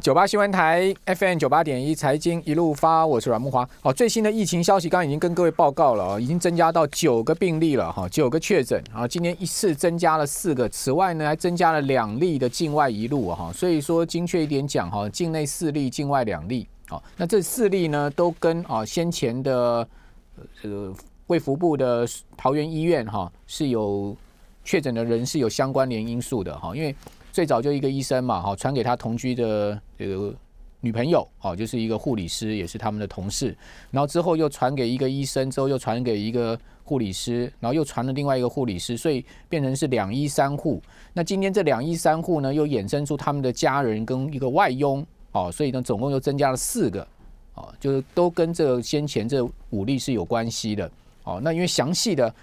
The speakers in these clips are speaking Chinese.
九八新闻台 FM 九八点一财经一路发，我是阮木华。好，最新的疫情消息刚刚已经跟各位报告了哦，已经增加到九个病例了哈，九个确诊啊，今天一次增加了四个，此外呢还增加了两例的境外一路哈，所以说精确一点讲哈，境内四例，境外两例。好，那这四例呢都跟啊先前的呃这个卫福部的桃园医院哈是有确诊的人是有相关联因素的哈，因为。最早就一个医生嘛，哈，传给他同居的这个女朋友，哦，就是一个护理师，也是他们的同事。然后之后又传给一个医生，之后又传给一个护理师，然后又传了另外一个护理师，所以变成是两医三护。那今天这两医三护呢，又衍生出他们的家人跟一个外佣，哦，所以呢，总共又增加了四个，哦，就是都跟这个先前这五例是有关系的，哦，那因为详细的。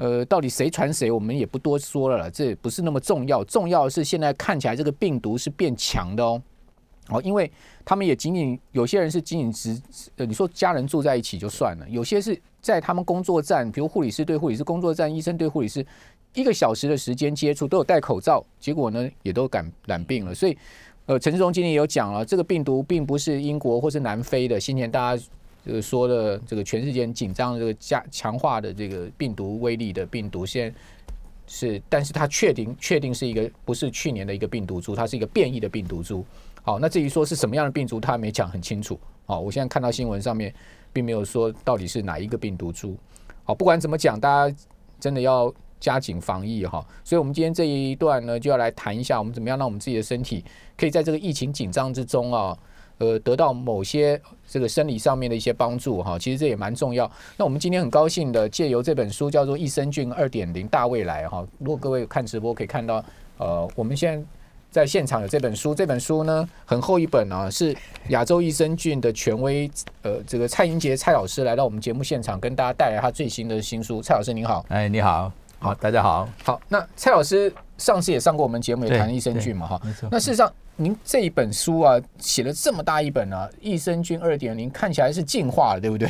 呃，到底谁传谁，我们也不多说了啦，这不是那么重要。重要的是现在看起来这个病毒是变强的哦，哦，因为他们也仅仅有些人是仅仅只呃，你说家人住在一起就算了，有些是在他们工作站，比如护理师对护理师工作站，医生对护理师，一个小时的时间接触都有戴口罩，结果呢也都感染病了。所以，呃，陈志忠今天也有讲了，这个病毒并不是英国或是南非的，先前大家。这个说的这个全世界紧张的这个加强化的这个病毒威力的病毒，现在是，但是它确定确定是一个不是去年的一个病毒株，它是一个变异的病毒株。好，那至于说是什么样的病毒，他没讲很清楚。好，我现在看到新闻上面并没有说到底是哪一个病毒株。好，不管怎么讲，大家真的要加紧防疫哈。所以我们今天这一段呢，就要来谈一下我们怎么样让我们自己的身体可以在这个疫情紧张之中啊。呃，得到某些这个生理上面的一些帮助哈，其实这也蛮重要。那我们今天很高兴的借由这本书叫做《益生菌二点零大未来》哈，如果各位看直播可以看到，呃，我们现在在现场有这本书，这本书呢很厚一本啊，是亚洲益生菌的权威，呃，这个蔡英杰蔡老师来到我们节目现场，跟大家带来他最新的新书。蔡老师您好，哎，你好，好，大家好，好，那蔡老师上次也上过我们节目，也谈益生菌嘛哈。嗯那事实上，您这一本书啊，写了这么大一本啊，《益生菌二点零》看起来是进化了，对 不对？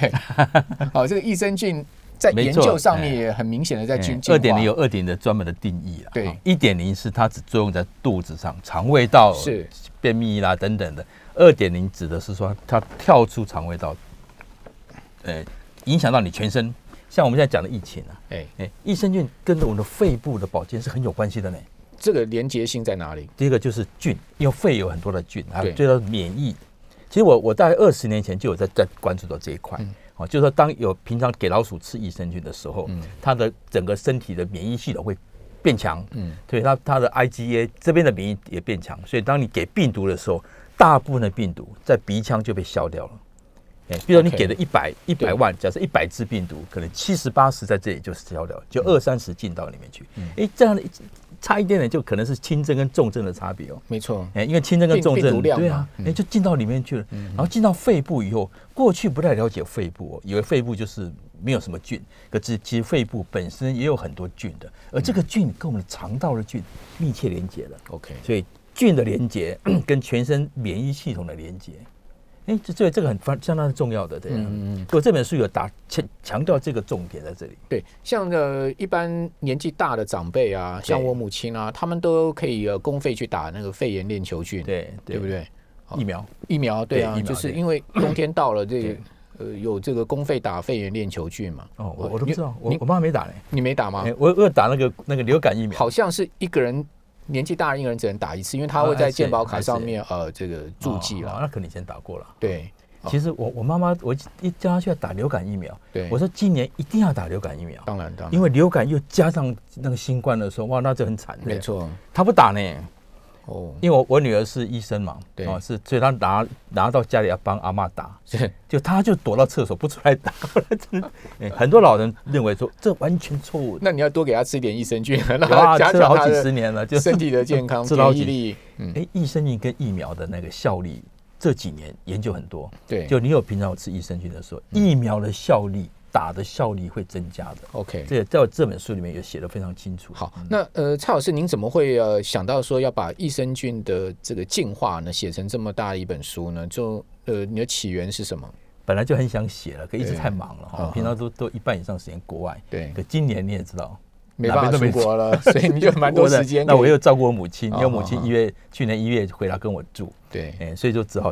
好，这个益生菌在研究上面也很明显的在进哎二点零有二点的专门的定义了，对，一点零是它只作用在肚子上，肠胃道是便秘啦等等的。二点零指的是说它跳出肠胃道，呃，影响到你全身。像我们现在讲的疫情啊，哎哎，益生菌跟我们的肺部的保健是很有关系的呢。这个连结性在哪里？第一个就是菌，因为肺有很多的菌啊对，最到免疫。其实我我大概二十年前就有在在关注到这一块，哦，就是说当有平常给老鼠吃益生菌的时候，它的整个身体的免疫系统会变强，嗯，所以它它的 IgA 这边的免疫也变强，所以当你给病毒的时候，大部分的病毒在鼻腔就被消掉了。哎，比如说你 OK 给了一百一百万，假设一百只病毒，可能七十八十在这里就消掉，就二三十进到里面去。哎，这样的一差一点点，就可能是轻症跟重症的差别哦。没错，哎，因为轻症跟病重病毒症，量对嘛嗯啊，哎，就进到里面去了。然后进到肺部以后，过去不太了解肺部、哦，以为肺部就是没有什么菌，可是其实肺部本身也有很多菌的，而嗯这个菌跟我们的肠道的菌密切连接的， ，OK，所以菌的连接 跟全身免疫系统的连接。哎，这这这个很方相当重要的，对啊。嗯所以这本书有打强强调这个重点在这里。对，像呃一般年纪大的长辈啊，像我母亲啊，他们都可以呃公费去打那个肺炎链球菌，对对不？对？疫苗疫苗对啊，对疫苗就是对因为冬天到了，这个对呃有这个公费打肺炎链球菌嘛。哦，我我都不知道，你我我妈没打嘞。你没打吗哎？我我有打那个那个流感疫苗。好像是一个人年纪大的一个人只能打一次，因为他会哦在哎是健保卡哎是上面呃这个注记哦了。哦那可能以前打过了。对哦其实我我妈妈，我一叫她去打流感疫苗，对，嗯我说今年一定要打流感疫苗，当然当然，因为流感又加上那个新冠的时候，哇，那就很惨。没，错她不打呢，哦，因为我我女儿是医生嘛，对哦是，所以她拿拿到家里要帮阿妈打，是就她就躲到厕所不出来打。 真的哎很多老人认为说这完全错 误 的，那你要多给他吃一点益生 菌，让他哇，加吃强了好他几十的年了，就身体的健 康、吃了好免几疫力。嗯， 哎，益生菌跟疫苗的那个效力，这几年研究很多。对嗯就你有平常有吃益生菌的时候，疫苗的效力、打的效力会增加的。 ，OK。这也在我这本书里面也写的非常清楚。好，那呃，蔡老师，您怎么会呃想到说要把益生菌的这个进化呢写成这么大一本书呢？就呃，你的起源是什么？本来就很想写了，可一直对太忙了嗯哈，平常都都一半以上时间国外。对可今年你也知道，没办法出国 了，所以你就 蛮多时间那我又照顾我母亲，哦因为母亲一月去年一月回来跟我住，对哎，所以就只好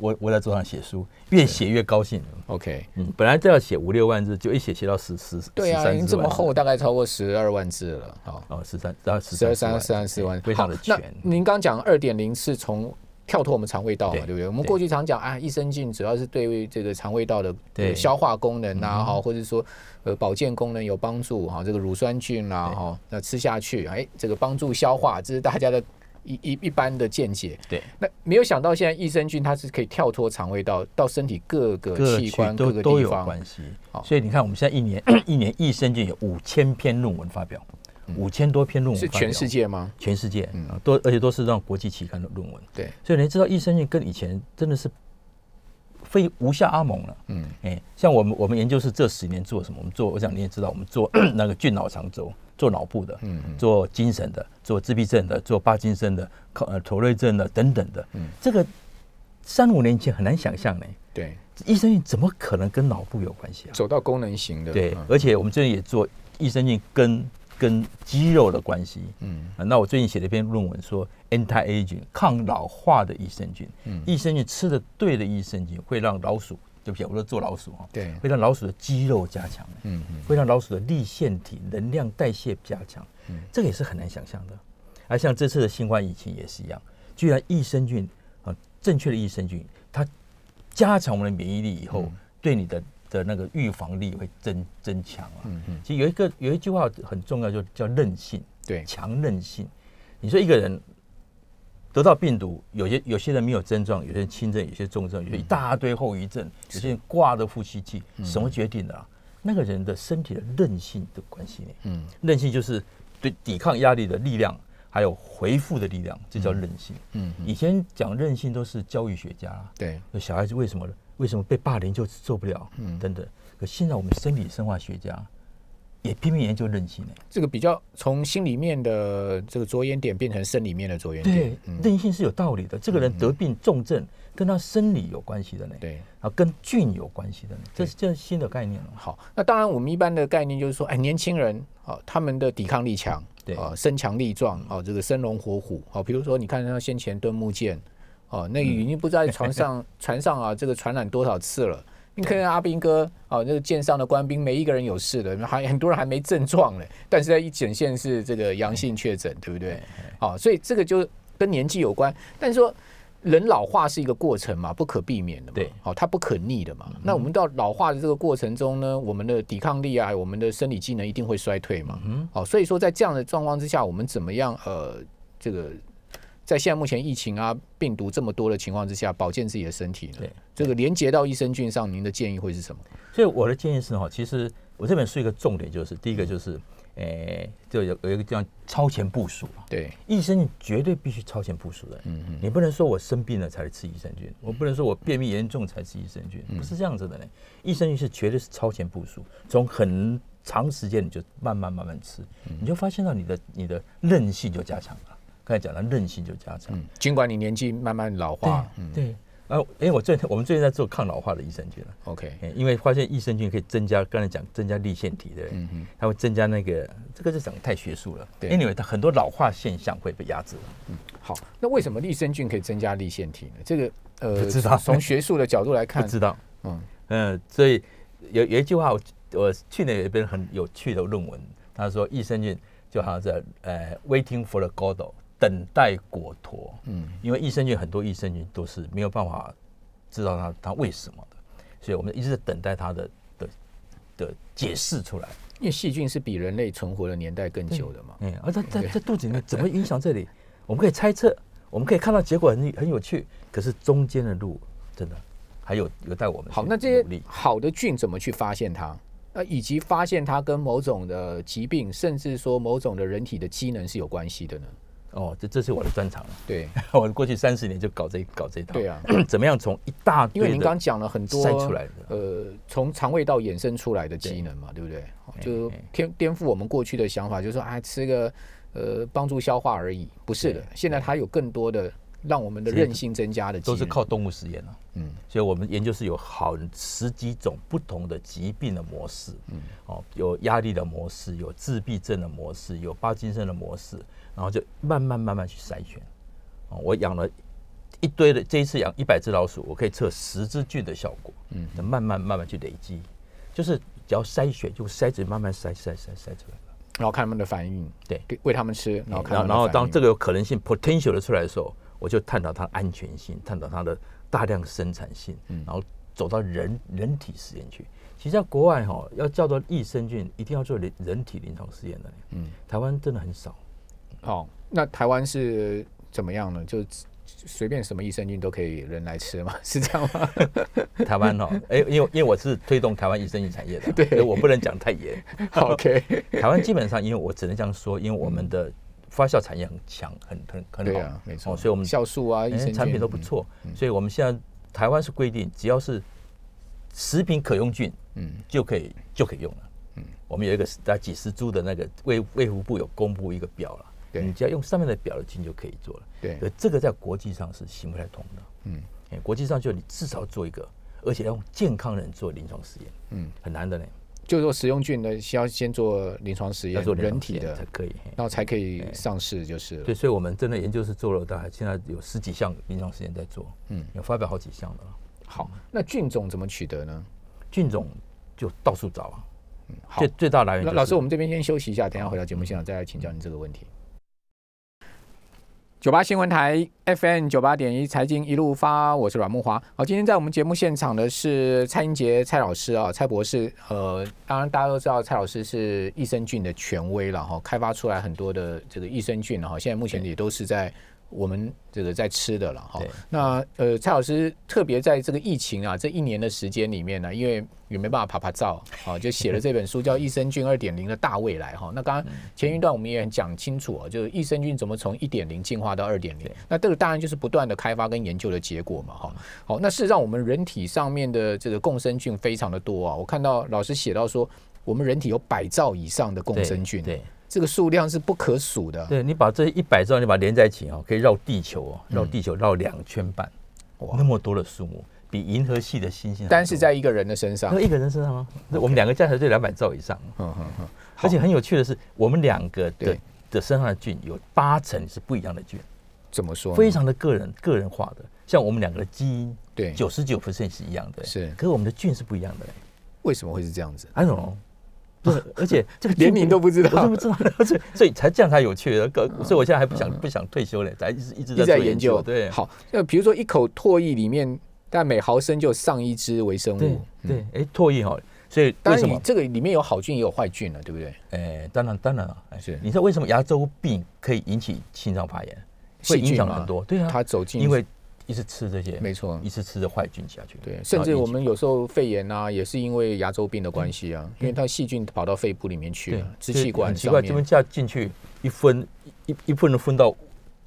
我我在桌上写书，越写越高兴。 ，OK，嗯，本来就要写五六万字，就一写写到十十对十啊，三已经字这么完厚，大概超过十二万字了，好、哦，十三，然后十十二三三四万，非常的好全。那您刚讲二点零是从跳脱我们肠胃道嘛，对对不对？我们对过去常讲啊，益生菌主要是对于这个肠胃道的对嗯呃消化功能啊，哈，或者说呃保健功能有帮助哈，这个乳酸菌啦，对哈，那吃下去，哎，这个帮助消化，这是大家的一一一般的见解。对，那没有想到现在益生菌它是可以跳脱肠胃道到身体各个各器区官各都个都地有方，关系好。所以你看，我们现在一年 一年益生菌有五千篇论文发表，五千多篇论嗯文是发表全世界嗯吗？全世界，啊都而且都是那种国际期刊的论文。对，所以你知道益生菌跟以前真的是非无下阿蒙了。嗯，哎，像我们我们研究室这十年做什么？我们做，我想你也知道，我们做 那个菌脑肠轴，做脑部的，嗯，做精神的，做自闭症的，做帕金森的，考呃妥瑞症的等等的。嗯，这个三五年前很难想象呢，对，益生菌怎么可能跟脑部有关系啊？走到功能型的，对嗯，而且我们最近也做益生菌跟跟肌肉的关系。嗯嗯、那我最近写了一篇论文说，anti aging 抗老化的益生菌，嗯，益生菌吃的对的益生菌会让老鼠，对不起，我说做老鼠哈，对会让老鼠的肌肉加强，嗯嗯会让老鼠的立腺体能量代谢加强，嗯，这个也是很难想象的。而像这次的新冠疫情也是一样，居然益生菌啊、正确的益生菌，它加强我们的免疫力以后，对你的的那个预防力会增增强嗯啊。其实有一个有一句话很重要，就叫韧性，对强韧性。你说一个人得到病毒，有些有些人没有症状，有些人轻症，有些重症，有些一大堆后遗症，有些人挂着呼吸器，什么决定的、啊？那个人的身体的韧性的关系呢？嗯，韧性就是对抵抗压力的力量，还有回复的力量，这叫韧性。嗯，以前讲韧性都是教育学家啦，对，有小孩子为什么为什么被霸凌就受不了，嗯，等等。可现在我们生理生化学家啊也拼命研究韧性呢、这个比较从心里面的这个着眼点变成生里面的着眼点对，，韧性是有道理的。这个人得病重症跟他生理有关系的呢，对。啊，跟菌有关系的呢，这是这是新的概念了。好，那当然，我们一般的概念就是说，哎，年轻人哦，他们的抵抗力强，对啊、身强力壮，哦，这个生龙活虎，哦，比如说你看他先前敦睦舰，哦，那已经不知道在船上 船上啊，这个传染多少次了。你看阿兵哥哦，那个舰上的官兵没一个人有事的，还很多人还没症状嘞，但是在一检线是这个阳性确诊，对不对？好、所以这个就跟年纪有关，但是说人老化是一个过程嘛，不可避免的嘛，对嗯好、它不可逆的嘛。那我们到老化的这个过程中呢，我们的抵抗力啊，还有我们的生理机能一定会衰退嘛，嗯，好、所以说在这样的状况之下，我们怎么样呃，这个在现在目前疫情啊、病毒这么多的情况之下，保健自己的身体呢？对，这个连接到益生菌上，您的建议会是什么？所以我的建议是哈，其实我这本书一个重点就是，第一个就是，诶，就有有一个叫超前部署啊。对，益生菌绝对必须超前部署的。嗯嗯，你不能说我生病了才吃益生菌，我不能说我便秘严重才吃益生菌，不嗯是这样子的呢。益生菌是绝对是超前部署，从很长时间你就慢慢慢慢吃，嗯你就发现到你的你的韧性就加强了。刚才讲的韧性就加强，嗯，尽管你年纪慢慢老化，嗯对。啊，哎，我最我们最近在做抗老化的益生菌了。 ，OK，欸因为发现益生菌可以增加，刚才讲增加立腺体的，嗯嗯，它会增加那个，这个就讲太学术了。对 anyway，它很多老化现象会被压制。好，那为什么益生菌可以增加立腺体呢？这个呃，不知道从从学术的角度来看不，知道，嗯嗯所以有有一句话我，我去年有一篇很有趣的论文，他说益生菌就好像在呃 waiting for the godo 等待果陀，嗯，因为益生菌很多益生菌都是没有办法知道它它为什么的，所以我们一直在等待它的的的解释出来。因为细菌是比人类存活的年代更久的嘛。嗯，而在在在肚子里面怎么影响这里？我们可以猜测，我们可以看到结果很很有趣，可是中间的路真的还有有待我们好，去那这努些力好的菌怎么去发现它？呃，以及发现它跟某种的疾病，甚至说某种的人体的机能是有关系的呢？哦，这这是我的专长了。对， 我过去三十年就搞这搞这一 套。对 啊， 怎么样从一大堆因为您的刚刚讲了很多筛出来的呃，从肠胃道衍生出来的机能嘛，对不对？就哎颠颠覆我们过去哎的想法，就是说啊，吃个呃帮助消化而已，不是的对，现在它有更多的让我们的这些韧性增加的机都能，是靠动物实验啊。嗯，所以我们研究室有好十几种不同的疾病的模式，嗯，哦，有压力的模式，有自闭症的模式，有帕金森的模式，然后就慢慢慢慢去筛选。哦，我养了一堆的，这一次养一百只老鼠，我可以测十只菌的效果，嗯，慢慢慢慢去累积，就是只要筛选，就筛子慢慢筛筛筛筛出来。然后看他们的反应，对给，喂他们吃，然后看他哦然后们然后当这个个有可能性 potential 的出来的时候，我就探讨它的安全性，探讨它的大量生产性，嗯然后走到人人体实验去。其实，在国外哈、要叫做益生菌，一定要做人人体临床试验的。嗯，台湾真的 很少。哦，那台湾是怎么样呢？就随便什么益生菌都可以人来吃吗？ 是这样 吗？台湾哈、哎，因为因为我是推动台湾益生菌产业的，对所以我不能讲 太严。 OK，台湾基本上，因为我只能这样说，因为我们的发酵产业很强，很很很好，对啊，没错，哦所以我们酵素啊，益哎生菌产品都不嗯错，所以我们现在台湾是规定，只要是食品可用菌，嗯，就可以就可以用了。嗯，我们有一个大概几十株的那个卫卫福部有公布一个表了，对你只要用上面的表的菌就可以做了。对可这个在国际上是行不太通的。嗯，哎，国际上就你至少做一个，而且要用健康人做临床实验，嗯，很难的呢，就说食用菌呢，需要先做临床实要验，做临人床体实验的才，可以。嘿然后才可以上市，就是了对，所以我们真的研究是做了大概现在有十几项临床实验在做，嗯，有发表好几项的了。好，那菌种怎么取得呢？菌种就到处找啊。好最最大来源、就老是、老师，我们这边先休息一下，等一下回到节目现场再来请教您这个问题。九八新闻台 FM 九八点一财经一路发，我是阮木华。好，今天在我们节目现场的是蔡英杰蔡老师啊，蔡博士。呃，当然大家都知道蔡老师是益生菌的权威了哈，开发出来很多的这个益生菌哈，现在目前也都是在我们这个在吃的了哈对。那呃，蔡老师特别在这个疫情啊这一年的时间里面呢，因为也没办法爬爬照，好、就写了这本书叫《益生菌二点零的大未来》哈、那刚嗯刚前一段我们也很讲清楚啊，就是益生菌怎么从一点零进化到二点零对，那这个当然就是不断的开发跟研究的结果嘛哈。好、那事实上我们人体上面的这个共生菌非常的多啊，我看到老师写到说，我们人体有百兆以上的共对生啊菌，对这个数量是不可数的，对，你把这一百兆你把它连在一起哦，可以绕地球哦，绕地球绕两圈半，嗯哇那么多的数目，比银河系的星星还单是多在一个人的身上那，一个人身上吗？那我们两个加起来就两百兆以上，啊嗯嗯嗯，而且很有趣的是，我们两个的对的身上的菌有八成是不一样的菌，怎么说呢？非常的个人个人化的，像我们两个的基因。对，九十九 percent 是一样的，是可是我们的菌是不一样的嘞。为什么会是这样子？ I don't know，对， 而且这个连你都不知道嗯我都不知道， 所以所以才这样才有趣的。可所以我现在还不想不想退休嘞，才一直一直一在直在做研究。对，，好，那比如说一口唾液里面，但每毫升就有上一支微生对物。嗯对，哎，唾液哈，所以当然，为什你么？这个里面有好菌也有坏菌了，啊对不对？哎，当然当然啊，哎是你知道为什么牙周病可以引起心脏发炎，会细菌影响嘛很多？对啊，它走进因为一直吃这些，没错一直吃的坏菌下去，对，然甚后至引我起们有时候肺炎啊，也是因为牙周病的关系啊，因为它细菌跑到肺部里面去对了，，支所以气管很奇上怪，这边面。加进去一分一一一分分到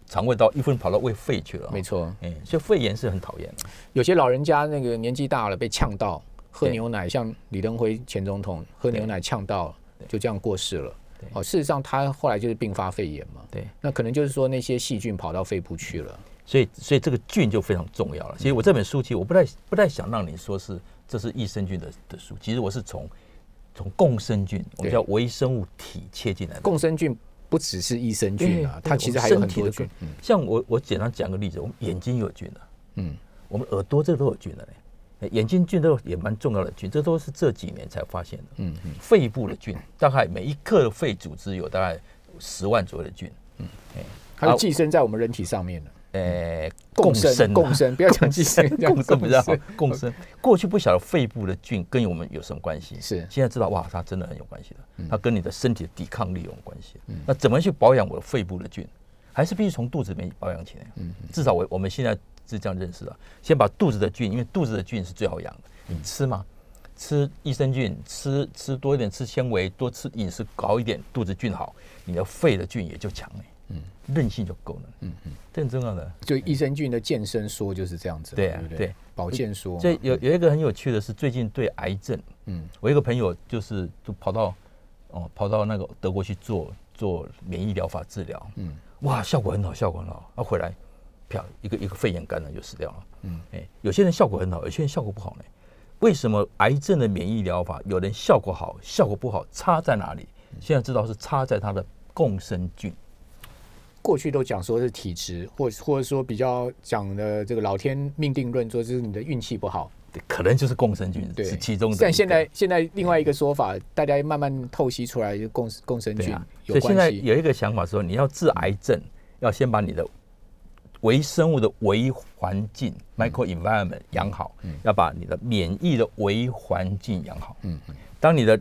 肠胃道，一分跑到胃肺去了啊，没错，哎，所以肺炎是很讨厌的。有些老人家那个年纪大了被呛到，喝对牛奶，像李登辉前总统喝牛奶呛到，就这样过世了对。哦，事实上他后来就是并发肺炎嘛。对，那可能就是说那些细菌跑到肺部去了。所以所以这个菌就非常重要了。其实我这本书其实我不太不太想让你说是这是益生菌的的书，其实我是从从共生菌，我们对叫微生物体切进来的。共生菌不只是益生对菌啊，它哎对其实我们还有身很体多的菌。菌。像我我简单讲个例子，我们眼睛有菌的，嗯嗯，我们耳朵这都有菌的嘞。哎眼睛菌都也蛮重要的菌，这都是这几年才发现的。嗯嗯，肺部的菌大概每一克的肺组织有大概十万左右的菌，它就寄生在我们人体上面了。呃，共生，啊共生，不要讲寄生，讲 共生比较好。共生，过去不晓得肺部的菌跟我们有什么关系，是现在知道哇，它真的很有关系的，它跟你的身体的抵抗力有关系。那怎么去保养我的肺部的菌？还是必须从肚子里面保养起来。至少我我们现在是这样认识的，先把肚子的菌，因为肚子的菌是最好养的，你吃嘛。吃益生菌，吃吃多一点，吃纤维，多吃饮食高一点，肚子菌好，你的肺的菌也就强了，嗯，韧性就够了，嗯嗯，这很重要的。 就益生菌的健身说就是这样子嘛，对对啊不对对？保健说所以嘛，有有一个很有趣的是，最近对癌症，嗯嗯，我有一个朋友就是就跑到哦跑到那个德国去做做免疫疗法治疗，嗯，哇，效果很好，效果很好，他、回来啪一个一个肺炎感染就死掉了。嗯，哎、有些人效果很好，有些人效果不好呢。为什么癌症的免疫疗法有人效果好，效果不好，差在哪里？嗯现在知道是差在它的共生菌。过去都讲说是体质，或或者说比较讲的这个老天命定论，说就是你的运气不好，可能就是共生菌对，是其中的一个。但现在现在另外一个说法，大家慢慢透析出来，就共共生对菌啊，所有以现在关系。有一个想法说，你要治癌症，要先把你的微生物的微环境嗯 （micro environment） 养好，要把你的免疫的微环境养好。嗯，当你的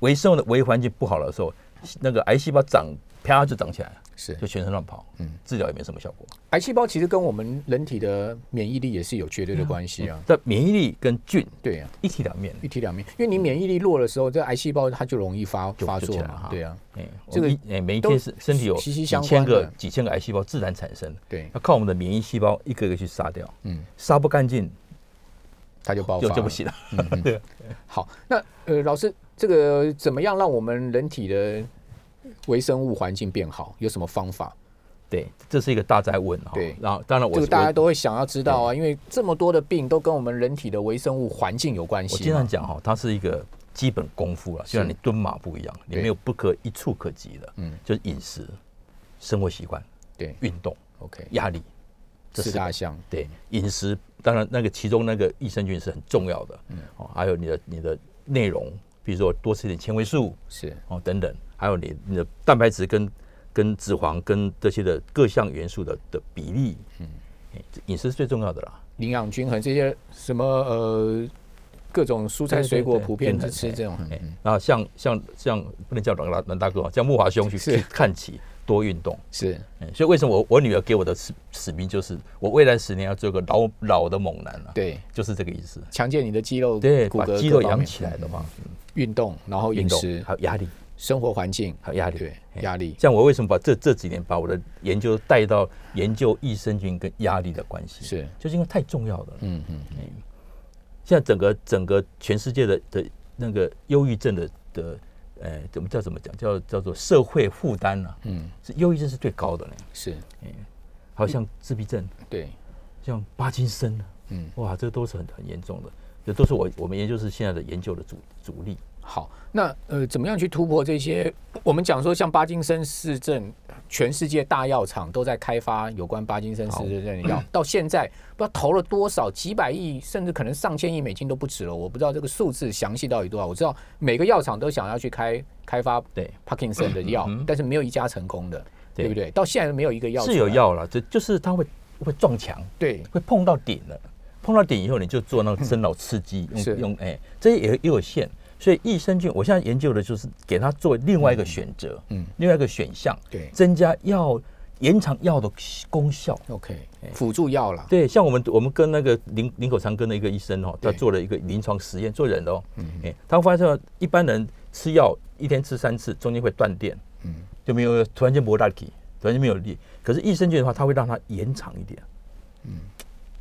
微生物的微环境不好的时候，那个癌细胞长啪就长起来了，是就全身乱跑，嗯，治疗也没什么效果。癌细胞其实跟我们人体的免疫力也是有绝对的关系啊。这免疫力跟菌对啊，一体两面，一体两面，因为你免疫力弱的时候，这癌细胞它就容易发就发就作起来了嘛哈。对啊，哎，这这个个哎，每一都天身身体有息息几相千关个的几千个癌细胞自然产生，对要靠我们的免疫细胞一个一个去杀掉，嗯，杀不干净它就爆发就就不了行了。好，那呃，老师，这个怎么样让我们人体的微生物环境变好？有什么方法？对，这是一个大灾问哈。对然后当然我这个大家我都会想要知道啊，因为这么多的病都跟我们人体的微生物环境有关我系经常嘛。讲哈，它是一个基本功夫啊了，就像你蹲马步一样，你对没有不可一触可及的，嗯嗯，就是饮食、生活习惯、对运动、 ，OK，压力，这四四个大项，对，饮食当然那个其中那个益生菌是很重要的，嗯，哦，还有你的你的内容，比如说多吃一点纤维素，是哦等等，还有你你的蛋白质跟跟脂肪跟这些的各项元素的的比例，嗯，这饮食是最重要的啦。营养均衡这些什么呃各种蔬菜对对水果对普遍均是衡吃这种，哎、然后像像像不能叫阮大阮大哥，哦叫木华兄去是去看齐，多运动。是哎所以为什么我我女儿给我的使使命就是，我未来十年要做个老老的猛男啊，，对就是这个意思。强健你的肌肉、对，骨把骼肌各肉方养面起来的话，运动，然后饮运动食、还有压力，生活环境，还有压力，对哎压力像我为什么把这这几年把我的研究带到研究益生菌跟压力的关系，是就是因为太重要了。嗯嗯，现在整个整个全世界的的那个忧郁症的的，呃，怎么叫怎么讲？叫叫做社会负担呢？嗯，是忧郁症是最高的呢，是好像自闭症，对像帕金森呢，嗯嗯，哇，这都是很很严重的，这都是我我们研究室现在的研究的主主力。好，那呃，怎么样去突破这些？我们讲说，像帕金森氏症，全世界大药厂都在开发有关帕金森氏症的 药，到现在不知道投了多少几百亿，甚至可能上千亿美金都不止了。我不知道这个数字详细到底多少。我知道每个药厂都想要去开开发对，帕金森的药，但是没有一家成功的，对嗯对不对？到现在没有一个药是有出来，药了，这就是它会会撞墙，对会碰到顶了，碰到顶以后你就做那个生老刺激，嗯是用用哎，这也也有限。所以益生菌，我现在研究的就是给它做另外一个选择，嗯嗯，另外一个选项，对增加药延长药的功效。 ，OK，辅哎助药了，对，像我们我们跟那个林林口长庚的一个医生哦，对他做了一个临床实验，做人的哦，哎，他发现一般人吃药一天吃三次，中间会断电，嗯，就没有突然间没力气，突然间没有力。可是益生菌的话，它会让它延长一点，嗯，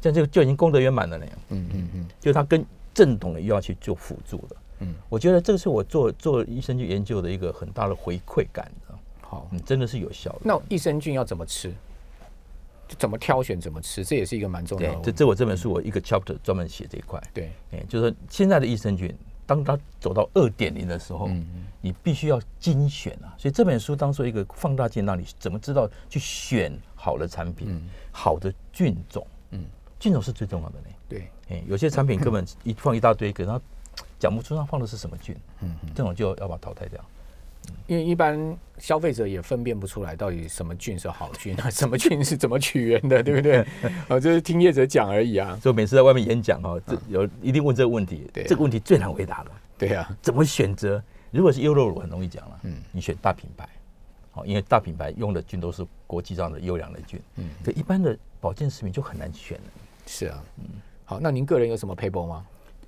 这样就就已经功德圆满了呢。嗯嗯嗯，就是它跟正统的医药去做辅助嗯的。嗯，我觉得这个是我做做医生去研究的一个很大的回馈感的，好。嗯，真的是有效的。那益生菌要怎么吃？就怎么挑选，怎么吃，这也是一个蛮重要的对问，题。这这我这本书我一个 chapter 专门写这一块，对，哎、就是说现在的益生菌，当它走到二点零的时候，你必须要精选啊，所以这本书当做一个放大镜，让你怎么知道去选好的产品、好的菌种，嗯，菌种是最重要的呢。对，哎、有些 产品根本一放一大堆，可是它讲不出它放的是什么菌，嗯，这种就要把它淘汰掉。因为一般消费者也分辨不出来到底什么菌是好菌啊， 什么菌是怎么取源的，对不 对？哦，这是听业者讲而已啊。所以每次在外面演讲哈、哦，这有一定问这个问题，对啊这个问题最难回答的，对啊，怎么选择？如果是优酪乳，很容易讲了，嗯，你选大品牌，好、因为大品牌用的菌都是国际上的优良的菌，嗯，可一般的保健食品就很难选了。是啊。嗯好，那您个人有什么 paper 吗？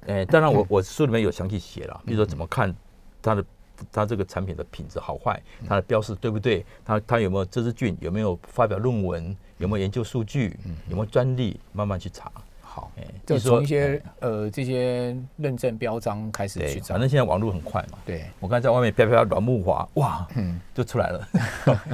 哎、当然嗯我我书里面有详细写了，比如说怎么看它的它这个产品的品质好坏，嗯它的标示对不对，它它有没有这支菌，有没有发表论文，有没有研究数据，有没有专利，慢慢去查。好哎，嗯就你说嗯从一些呃这些认证标章开始对去，找反。正现在网络很快嘛，对，我刚才在外面飘飘软木嗯 华，哇，就出来了。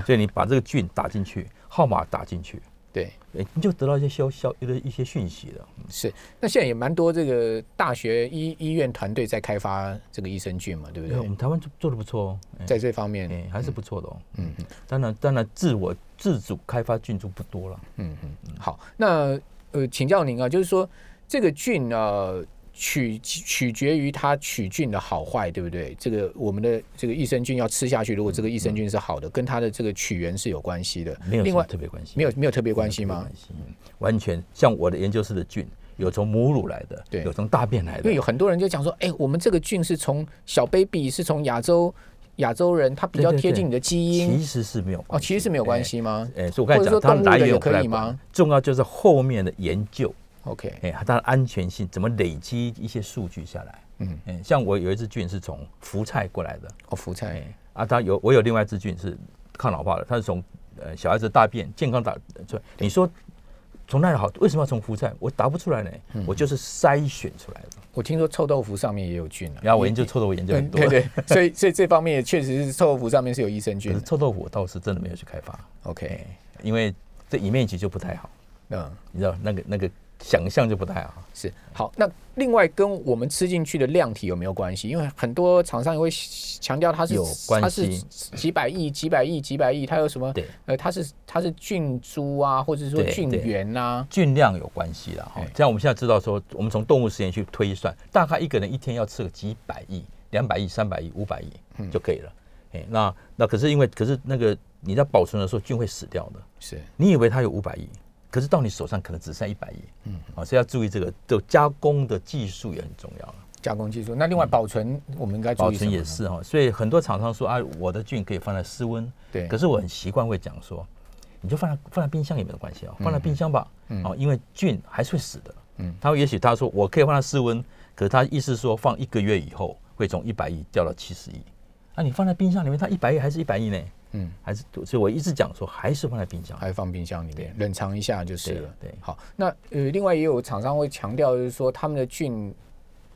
所以你把这个菌打进去，号码打进去，对，诶你就得到一些消消的一些讯息了。是。那现在也蛮多这个大学医医院团队在开发这个益生菌嘛，对不对，我对？们台湾做做的不错哦，诶在这方面，诶还是不错的哦。嗯嗯当然，当然自我自主开发菌株不多了。嗯嗯，好，那呃，请教您啊，就是说这个菌呃，取取决于它取菌的好坏，对不对？这个我们的这个益生菌要吃嗯下去，如果这个益生菌是好的，跟它的这个取源是有关系的。没有什另么外特别关系，没有没有特别没有关系特别吗？关系嗯完全像我的研究室的菌，有从母乳来的，对有从大便来因为的有，很多人就讲说，哎、我们这个菌是从小 baby 是从亚洲亚洲人，他比较对对贴对近你的基因其实是没有哦，关系其实是没有关。系吗、哎，哎所以我刚才或者说讲，它动物的来源也我不可来以管吗？重要就是后面的研究， o k 哎，它的安全性怎么累积一些数据下来？嗯，哎，像我有一只菌是从福菜过来的，哦，福菜，哎，啊，它有我有另外一只菌是抗老化的，它是从呃小孩子大便健康打出来。你说从那里好，为什么要从福菜？我答不出来呢，嗯我就是筛选出来的。我听说臭豆腐上面也有菌啊。然后我研究臭豆腐研究对很多，对对， 所以所以这方面也确实是臭豆腐上面是有益生可菌是的。臭豆腐我倒是真的没有去开发， OK，因为这一面积就不太好，嗯，你知道那个那个想象就不太好。是好。那另外跟我们吃进去的量体有没有关系？因为很多厂商也会强调它是有关它是系几百亿、几百亿、几百亿，它有什么？对，呃，它是它是菌株啊，或者是说对菌对源啊呐、菌量有关系啦，哈哎，像我们现在知道说，我们从动物实验去推算，大概一个人一天要吃个几百亿、两百亿、三百亿、五百亿嗯就可以了。哎，那那可是因为可是那个你在保存的时候菌会死掉的，是你以为它有五百亿，可是到你手上可能只剩一百亿。嗯，啊，所以要注意这个，就加工的技术也很重要了。加工技术。那另外保存，我们应该注意嗯保存什么也呢，是哈，所以很多厂商说啊，我的菌可以放在室温，对可是我很习惯会讲说，你就放在放在冰箱也没有关系嗯哦，放在冰箱吧，哦，因为菌还是会死的。嗯，他也许他说我可以放在室温，可是他意思说放一个月以后会从一百亿掉到七十亿，啊，你放在冰箱里面，它一百亿还是一百亿呢？嗯嗯，还是所以我一直讲说还是放在冰箱。还放冰箱里面冷藏一下就是了。对对好，那呃，另外也有厂商会强调，就是说他们的菌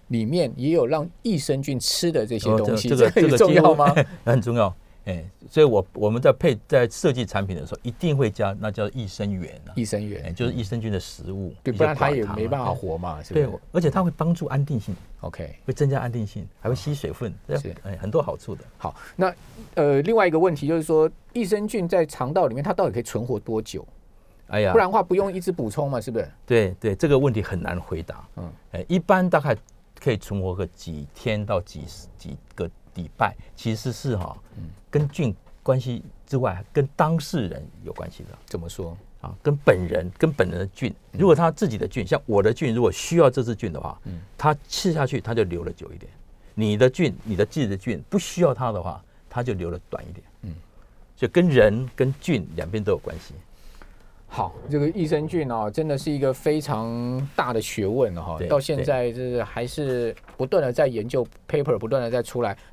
里面也有让益生菌吃的这些哦东西，这个这也个重几乎要 吗？？很重要。哎，所以我我们在配在设计产品的时候，一定会加那叫益生元啊，益生哎，元，就是益生菌的食物，对，一不些然它寡也糖啊没办法。活嘛，是不对是对，而且它会帮助安定性， ？OK，会增加安定性，还会吸水分，这是哎很多好处的。好，那呃，另外一个问题就是说，益生菌在肠道里面它到底可以存活多久？哎呀，不然的话不用一直补充嘛，是不是？对对，这个问题很难回答。嗯嗯，哎，一般大概可以存活个几天到几十几个礼拜，其实是哈，跟菌关系之外，跟当事人有关系的。怎么说？啊，跟本人跟本人的菌，如果他自己的菌，像我的菌，如果需要这支菌的话，他吃下去他就留了久一点。你的菌，你的自己的菌不需要它的话，它就留了短一点。嗯，所以跟人跟菌两边都有关系。好，这个益生菌哦，真的是一个非常大的学问了哈、哦对到现在就是还是不断的在研究 paper，不断的在出来。